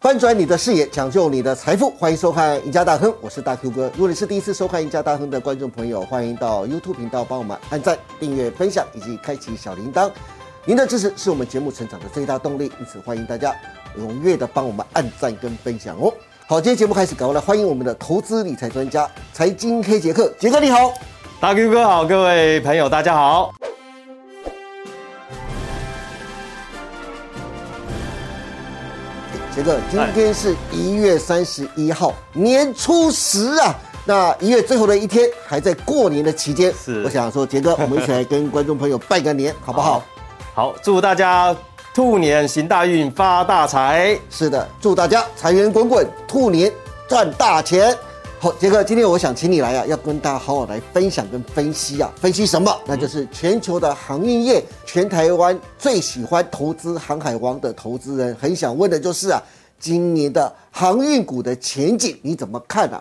翻转你的视野，抢救你的财富，欢迎收看《赢家大亨》，我是大 Q 哥。如果你是第一次收看《赢家大亨》的观众朋友，欢迎到 YouTube 频道帮我们按赞、订阅、分享以及开启小铃铛。您的支持是我们节目成长的最大动力，因此欢迎大家踊跃的帮我们按赞跟分享哦。好，今天节目开始，赶快来欢迎我们的投资理财专家、财经黑杰克，杰克你好。大 Q 哥好，各位朋友大家好。杰哥，今天是一月三十一号，年初十啊。那一月最后的一天，还在过年的期间，是我想说，杰哥，我们一起来跟观众朋友拜个年，好不好？好，祝大家兔年行大运，发大财。是的，祝大家财源滚滚，兔年赚大钱。好，杰哥，今天我想请你来啊，要跟大家好好来分享跟分析啊，分析什么？那就是全球的航运业，全台湾最喜欢投资航海王的投资人很想问的就是啊，今年的航运股的前景你怎么看啊？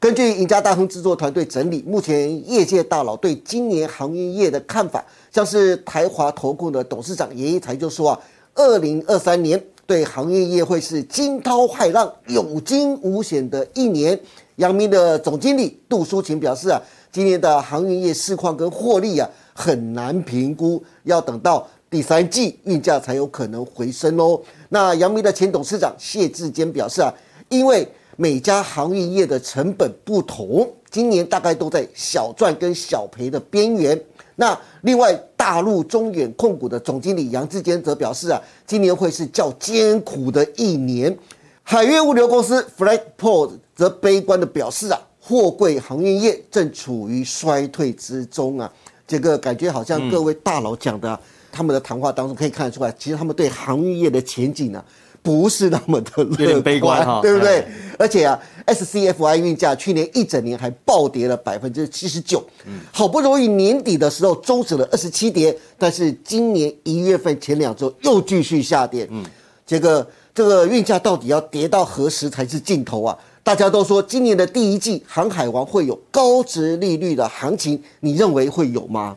根据赢家大亨制作团队整理，目前业界大佬对今年航运业的看法，像是台华投控的董事长严一才就说啊，二零二三年对航运业会是惊涛骇浪、有惊无险的一年。阳明的总经理杜淑琴表示啊，今年的航运业市况跟获利啊很难评估，要等到第三季运价才有可能回升哦。那阳明的前董事长谢志坚表示啊，因为每家航运业的成本不同，今年大概都在小赚跟小赔的边缘。那另外，大陆中远控股的总经理杨志坚则表示啊，今年会是较艰苦的一年。海运物流公司 Flagport 则悲观的表示啊，货柜航运业正处于衰退之中啊。这个感觉好像各位大佬讲的啊、他们的谈话当中可以看得出来，其实他们对航运业的前景呢、啊不是那么的乐 有点悲观哈对不对哎？而且啊，SCFI 运价去年一整年还暴跌了百分之七十九，嗯好不容易年底的时候终止了二十七跌，但是今年一月份前两周又继续下跌，嗯，这个这个运价到底要跌到何时才是尽头啊？大家都说今年的第一季航海王会有高值利率的行情，你认为会有吗？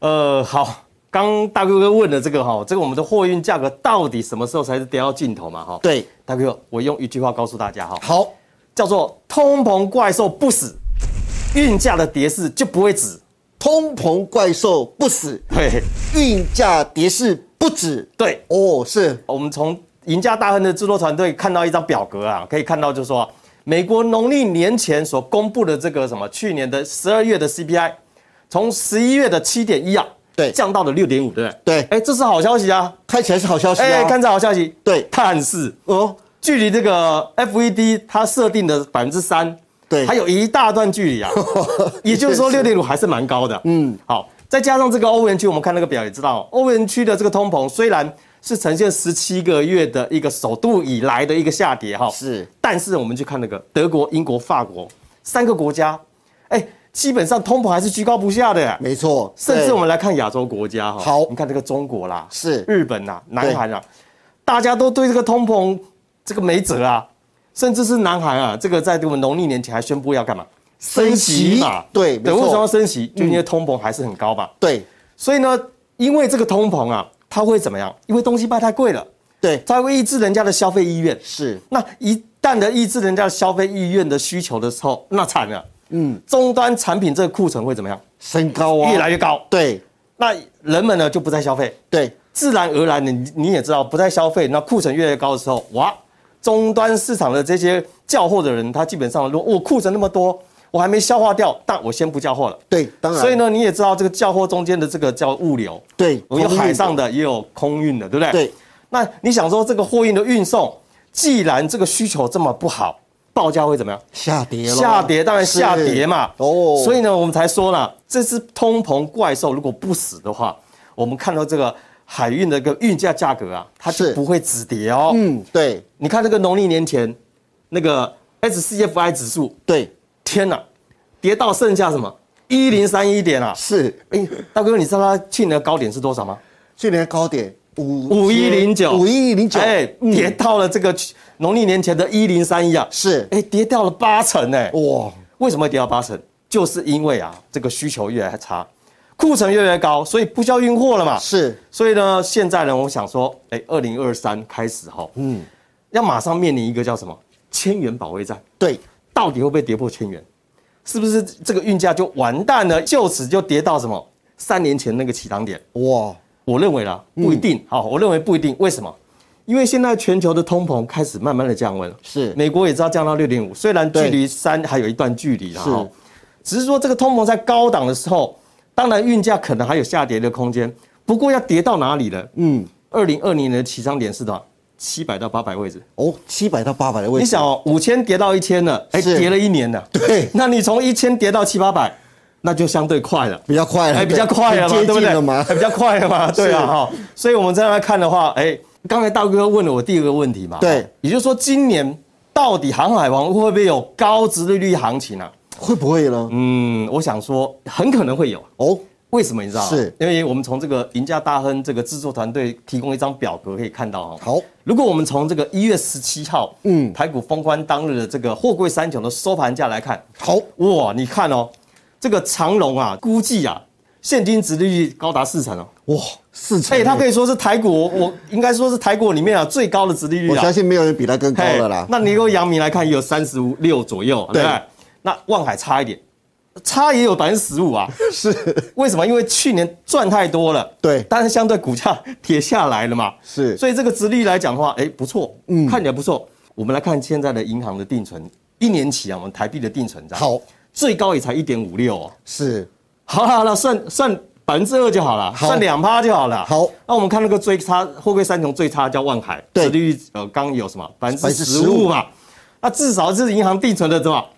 呃，好，刚大 Q 哥问的这个哈，这个我们的货运价格到底什么时候才是跌到尽头嘛？哈，对，大 Q 哥，我用一句话告诉大家哈，好，叫做通膨怪兽不死，运价的跌势就不会止。通膨怪兽不死，对运价跌势不止，对，哦，是我们从赢家大亨的制作团队看到一张表格啊，可以看到就是说啊，美国农历年前所公布的这个什么去年的十二月的 CPI，从十一月的七点一啊，对降到了六点五，对不对？对哎、这是好消息啊！看起来是好消息啊！哎、看这好消息，对但是哦，距离这个 FED 它设定的百分之三，对还有一大段距 离啊，也就是说六点五还是蛮高的。嗯，好，再加上这个欧元区，我们看那个表也知道，欧元区的这个通膨虽然是呈现十七个月的一个首度以来的一个下跌哈，是，但是我们去看那个德国、英国、法国三个国家，哎，基本上通膨还是居高不下的耶。没错，甚至对我们来看亚洲国家哈，好你看这个中国啦，是日本啦、南韩啊，大家都对这个通膨这个没辙啊，甚至是南韩啊，这个在我们农历年前还宣布要干嘛？升息嘛？对没对，错嗯为什么要升息？就因为通膨还是很高嘛。对所以呢，因为这个通膨啊，它会怎么样？因为东西卖太贵了，对它会抑制人家的消费意愿。是，那一旦的抑制人家的消费意愿的需求的时候，那惨了。嗯，终端产品这个库存会怎么样？升高啊，越来越高。对那人们呢就不再消费，对自然而然的你你也知道不再消费，那库存越来越高的时候，哇，终端市场的这些叫货的人，他基本上如果我库存那么多，我还没消化掉，但我先不叫货了。对，当然，所以，呢，你也知道这个叫货中间的这个叫物流，对，我们有同意海上的，也有空运的，对不对？对。那你想说这个货运的运送，既然这个需求这么不好，报价会怎么样？下跌了，下跌当然下跌嘛。是哦，所以呢，我们才说了，这只通膨怪兽如果不死的话，我们看到这个海运的一个运价价格啊，它就是不会止跌哦。嗯，对你看这个农历年前那个 SCFI 指数，对天哪，跌到剩下什么一零三一点啊！是，哎，大哥，你知道它去年的高点是多少吗？去年高点五五一零九，五一零九，哎，嗯跌到了这个去农历年前的一零三一啊，是哎，跌掉了八成哎、哇，为什么会跌到八成？就是因为啊，这个需求越来越差，库存越来越高，所以不需要运货了嘛。是所以呢，现在呢，我想说，哎，二零二三开始哈，嗯，要马上面临一个叫什么千元保卫战，对，到底会不会跌破千元？是不是这个运价就完蛋了？就此就跌到什么三年前那个起涨点？哇，我认为啦，嗯不一定。好，我认为不一定。为什么？因为现在全球的通膨开始慢慢的降温了，是美国也知道降到六点五，虽然距对离三还有一段距离啦。是哈只是说这个通膨在高档的时候，当然运价可能还有下跌的空间，不过要跌到哪里了？嗯，二零二零年的起涨点是多少？七百到八百位置。哦，七百到八百的位置，你想哦，五千跌到一千了，哎，是跌了一年了。对那你从一千跌到七八百，那就相对快了。比较快了， 哎，比较快了嘛，很接对不近对了？嘛， 哎比较快了嘛，对啊，哈。所以我们这样来看的话，哎，刚才大哥问了我第二个问题嘛，对，也就是说今年到底航海王会不会有高值利率行情啊？会不会呢？嗯，我想说很可能会有，哦，为什么你知道吗？是因为我们从这个赢家大亨这个制作团队提供一张表格可以看到哦。好，如果我们从这个一月十七号，嗯，台股封关当日的这个货柜三雄的收盘价来看，好，哇，你看哦，这个长隆啊，估计啊，现金值利率高达四成哦。哇，四成欸哎、耶，它可以说是台股，我应该说是台股里面啊最高的殖利率我啊。相信没有人比他更高了嘿啦。那你用阳明来看，也有三十五六左右，对不对对？那望海差一点，差也有百分之十 五啊。是，为什么？因为去年赚太多了，对但是相对股价跌下来了嘛，是所以这个殖利率来讲的话，哎，不错，嗯，看起来不错。我们来看现在的银行的定存，一年期啊，我们台币的定存，好，最高也才一点五六哦。是，好了好了，算算百分之二就好了，好算两趴就好了。好，那我们看那个最差货柜三雄最差叫万海，对殖利率呃刚有什么百分之十15%五嘛，那至少是银行定存的多少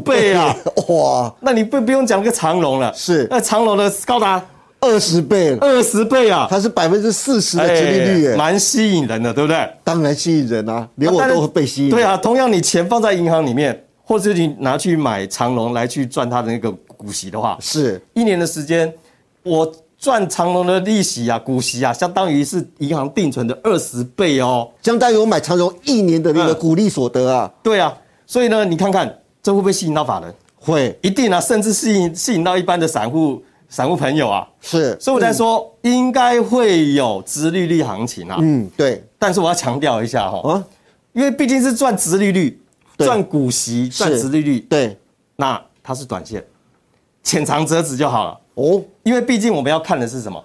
7.5 倍 啊。，哇，那你不不用讲那个长隆了，是那长隆的高达二十倍，二十倍啊，哎它是百分之四十的殖利率耶，蛮吸引人的，对不对？当然吸引人啊，连那我当然都会被吸引。对，啊，同样你钱放在银行里面，或是你拿去买长隆来去赚它的那个股息的话，是一年的时间，我赚长隆的利息啊、股息啊，相当于是银行定存的二十倍哦。相当于我买长荣一年的那个嗯股利所得啊，对啊，所以呢，你看看这会不会吸引到法人？会一定啊，甚至吸引吸引到一般的散户散户朋友啊。是，所以我在说，应该会有殖利率行情啊。嗯，对但是我要强调一下哈、啊，因为毕竟是赚殖利率、对赚股息、赚是殖利率，对那它是短线，浅尝辄止就好了。哦，因为毕竟我们要看的是什么？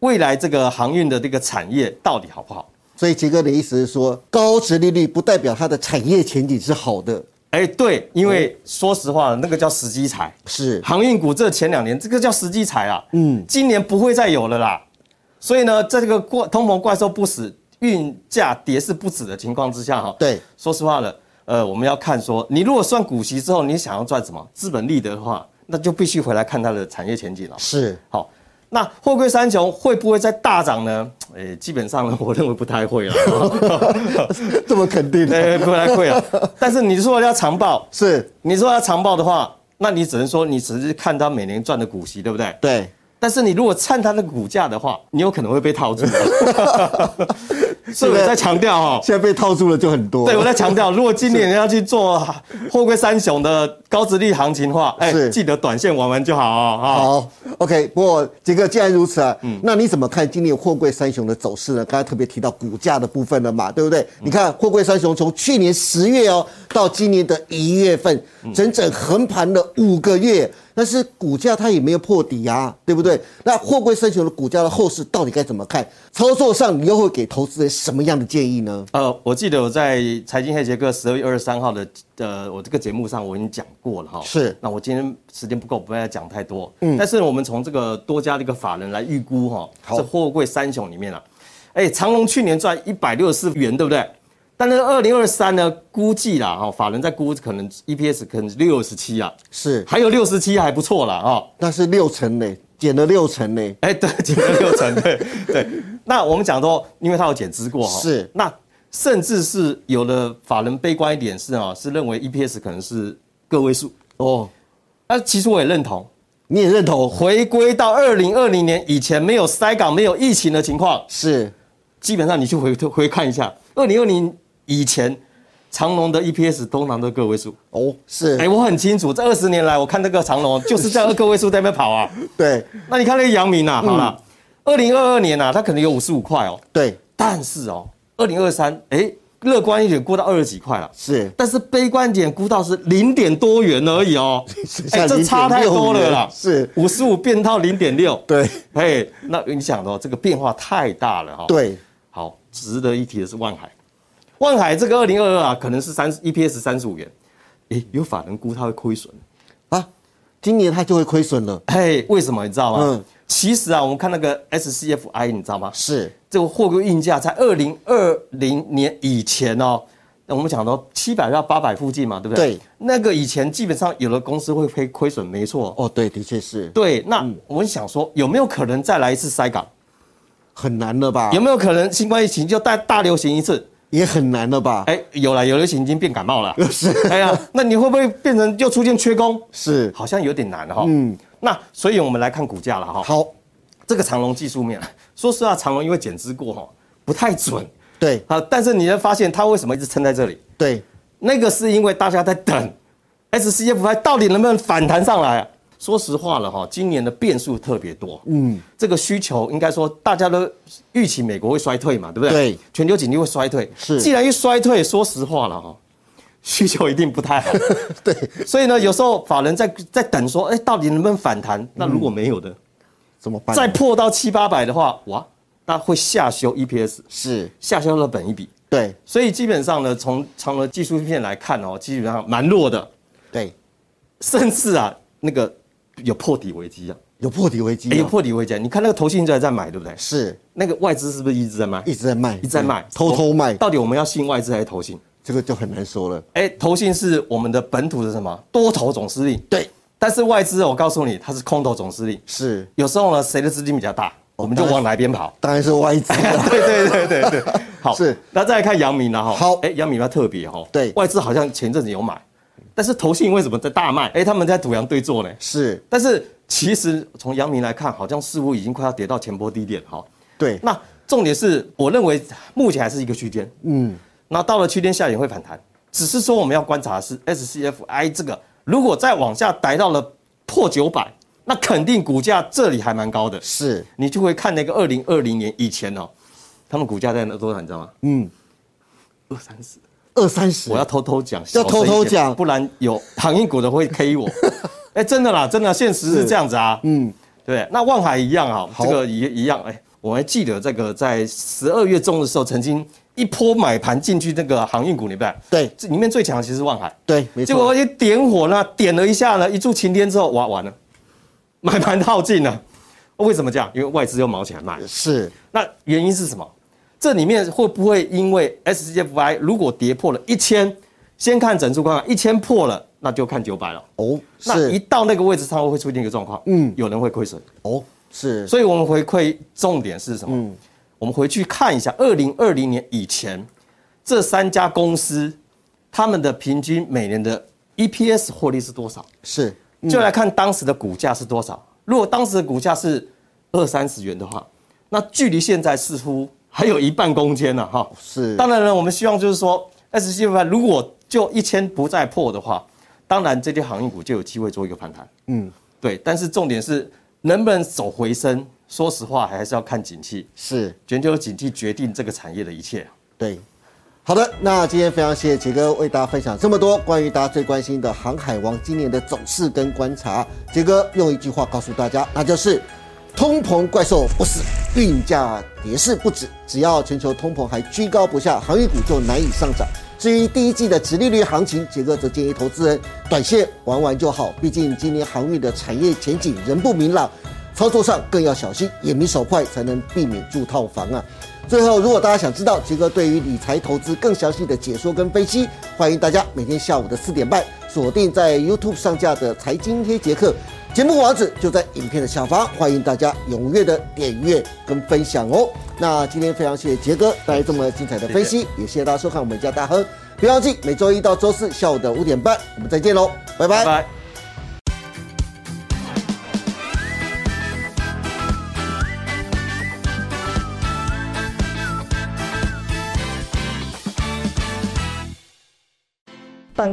未来这个航运的这个产业到底好不好？所以杰哥的意思是说，高殖利率不代表它的产业前景是好的，哎，对，因为说实话，那个叫时机财，是航运股这前两年这个叫时机财啊，嗯，今年不会再有了啦。所以呢，在这个怪通膨怪兽不死、运价跌势不止的情况之下，哈，对，说实话了，呃，我们要看说，你如果算股息之后，你想要赚什么资本利得的话，那就必须回来看它的产业前景了。是好，那货柜三雄会不会再大涨呢？诶、基本上呢，我认为不太会了， 这么肯定啊的，对，不太会了。但是你说要长报，是你说要长报的话，那你只能说你只是看它每年赚的股息，对不对？对，但是你如果看它的股价的话，你有可能会被套住。 所以我在强调哦，现在被套住了就很多，对我在强调，如果今年要去做货柜三雄的高值率行情的话，哎、是记得短线玩玩就好哦。哦好，OK。不过杰哥，既然如此啊，那你怎么看今年货柜三雄的走势呢？刚才特别提到股价的部分了嘛，对不对？你看货柜三雄从去年十月哦到今年的一月份，整整横盘了五个月，但是股价它也没有破底啊，对不对？那货柜三雄的股价的后市到底该怎么看？操作上你又会给投资人什么样的建议呢？呃，我记得我在财经黑杰克十二月二十三号的呃我这个节目上我已经讲过了哈。是那我今天时间不够，不要再讲太多。嗯。但是我们从这个多家的一个法人来预估哈，好这货柜三雄里面啊，哎，长隆去年赚一百六十四元，对不对？但是二零二三呢，估计啦哈，法人在估可能 EPS 可能六十七啊，是，还有六十七还不错啦啊。哦那是六成嘞，减了六成嘞，哎，对，减了六成，对对。那我们讲说，因为他有减资过哈，是那甚至是有的法人悲观一点是啊，是认为 EPS 可能是个位数哦。那其实我也认同，你也认同？回归到二零二零年以前没有塞港、没有疫情的情况，是基本上你去回回看一下，二零二零以前长隆的 EPS 通常都个位数。哦，是，哎，我很清楚，这二十年来我看这个长隆就是这样个位数在那边跑啊。对那你看那个阳明呐、好了，啊二零二二年呐、它可能有五十五块哦，对，但是哦，二零二三，哎，乐观一点估到二十几块了，是但是悲观一点估到是零点多元而 已哦剩，下哎，这差太多了0.6啦，元是五十五变到零点六，对哎，那你想的哦，这个变化太大了哈、哦。对，好，值得一提的是万海，万海这个二零二二啊，可能是三 EPS 三十五元，诶，有法人估它会亏损，啊，今年它就会亏损了，嘿，为什么你知道吗？嗯其实啊，我们看那个 SCFI，你知道吗？是这个货柜运价在二零二零年以前哦，那我们讲到七百到八百附近嘛，对不对？对，那个以前基本上有的公司会亏亏损，没错。哦，对，的确是对，那我们想说，有没有可能再来一次塞港？很难了吧有？没有可能新冠疫情就大大流行一次？也很难了吧？哎，有了，有流行已经变感冒了。 是，哎呀，那你会不会变成又出现缺工？是好像有点难哈、哦。嗯，那所以我们来看股价了哈、好，这个长龙技术面，说实话，长龙因为减资过哈，不太准。对好，但是你会发现它为什么一直撑在这里？对，那个是因为大家在等 SCFI 到底能不能反弹上来、啊。说实话了哈，今年的变数特别多，嗯，这个需求应该说大家都预期美国会衰退嘛，对不对？对，全球经济会衰退。是既然一衰退，说实话了哈，需求一定不 太好。对，所以呢，有时候法人在在等说，哎，到底能不能反弹？那如果没有的，怎么办？再破到七八百的话，哇，那会下修 EPS，是，下修了本一比。对所以基本上呢，从长的技术面来看哦，基本上蛮弱的，对，甚至啊，那个有破底危机啊，有破底危机哎有啊，破底危机啊。你看那个投信一直在买，对不对？是那个外资是不是一直在卖？一直在卖，一直在卖，哦偷偷卖，到底我们要信外资还是投信？这个就很难说了。哎，投信是我们的本土的什么多头总司令，对，但是外资哦我告诉你，它是空头总司令。是，有时候呢，谁的资金比较大，我们就往哪边跑。当然是外资啊 对对对对对，好。是，那再来看杨明了哈。好哎，杨明比较特别哈。对外资好像前阵子有买，但是投信为什么在大卖？哎，他们在土洋对坐呢。是，但是其实从杨明来看，好像似乎已经快要跌到前波低点哈。对，那重点是，我认为目前还是一个区间。嗯。那到了区间下也会反弹，只是说我们要观察的是 SCFI 这个，如果再往下逮到了破九百，那肯定股价这里还蛮高的。是你就会看那个二零二零年以前哦，他们股价在那多少，你知道吗？嗯，二三十。二三十我要，偷偷讲，要偷偷讲小声一点不然有航运股的会 K 我。哎，真的啦，真的，现实是这样子啊。嗯，对。那望海一样啊，这个也一样。哎，我还记得这个在十二月中的时候，曾经一波买盘进去那个航运股里面，对这里面最强的其实是望海。对，没结错，果一点火呢，点了一下呢，一柱擎天之后，哇，完了，买盘耗尽了。为什么这样？因为外资又毛起来卖。是那原因是什么？这里面会不会因为 SCFI 如果跌破了一千，先看整数关卡，一千破了，那就看九百了。哦，那一是到那个位置上会出现一个状况，嗯，有人会亏损。哦，是所以我们回馈重点是什么？我们回去看一下二零二零年以前这三家公司他们的平均每年的 EPS 获利是多少？是就来看当时的股价是多少。如果当时的股价是二三十元的话，那距离现在似乎还有一半空间呢，哈。是当然了，我们希望就是说，S C F 如果就一千不再破的话，当然这些航运股就有机会做一个反弹。嗯，对。但是重点是能不能走回升，说实话还是要看景气，是，全球景气决定这个产业的一切。对。好的，那今天非常谢谢杰哥为大家分享这么多关于大家最关心的航海王今年的走势跟观察。杰哥用一句话告诉大家，那就是通膨怪兽不死，运价跌势不止。只要全球通膨还居高不下，航运股就难以上涨。至于第一季的殖利率行情，杰哥则建议投资人短线玩玩就好，毕竟今年航运的产业前景仍不明朗。操作上更要小心，眼明手快才能避免住套房啊。最后，如果大家想知道杰哥对于理财投资更详细的解说跟分析，欢迎大家每天下午的四点半锁定在 YouTube 上架的《财经黑杰克》节目网址就在影片的下方，欢迎大家踊跃的点阅跟分享哦。那今天非常谢谢杰哥带来这么精彩的分析，也谢谢大家收看我们家大亨。别忘记每周一到周四下午的五点半，我们再见喽，拜拜拜拜。本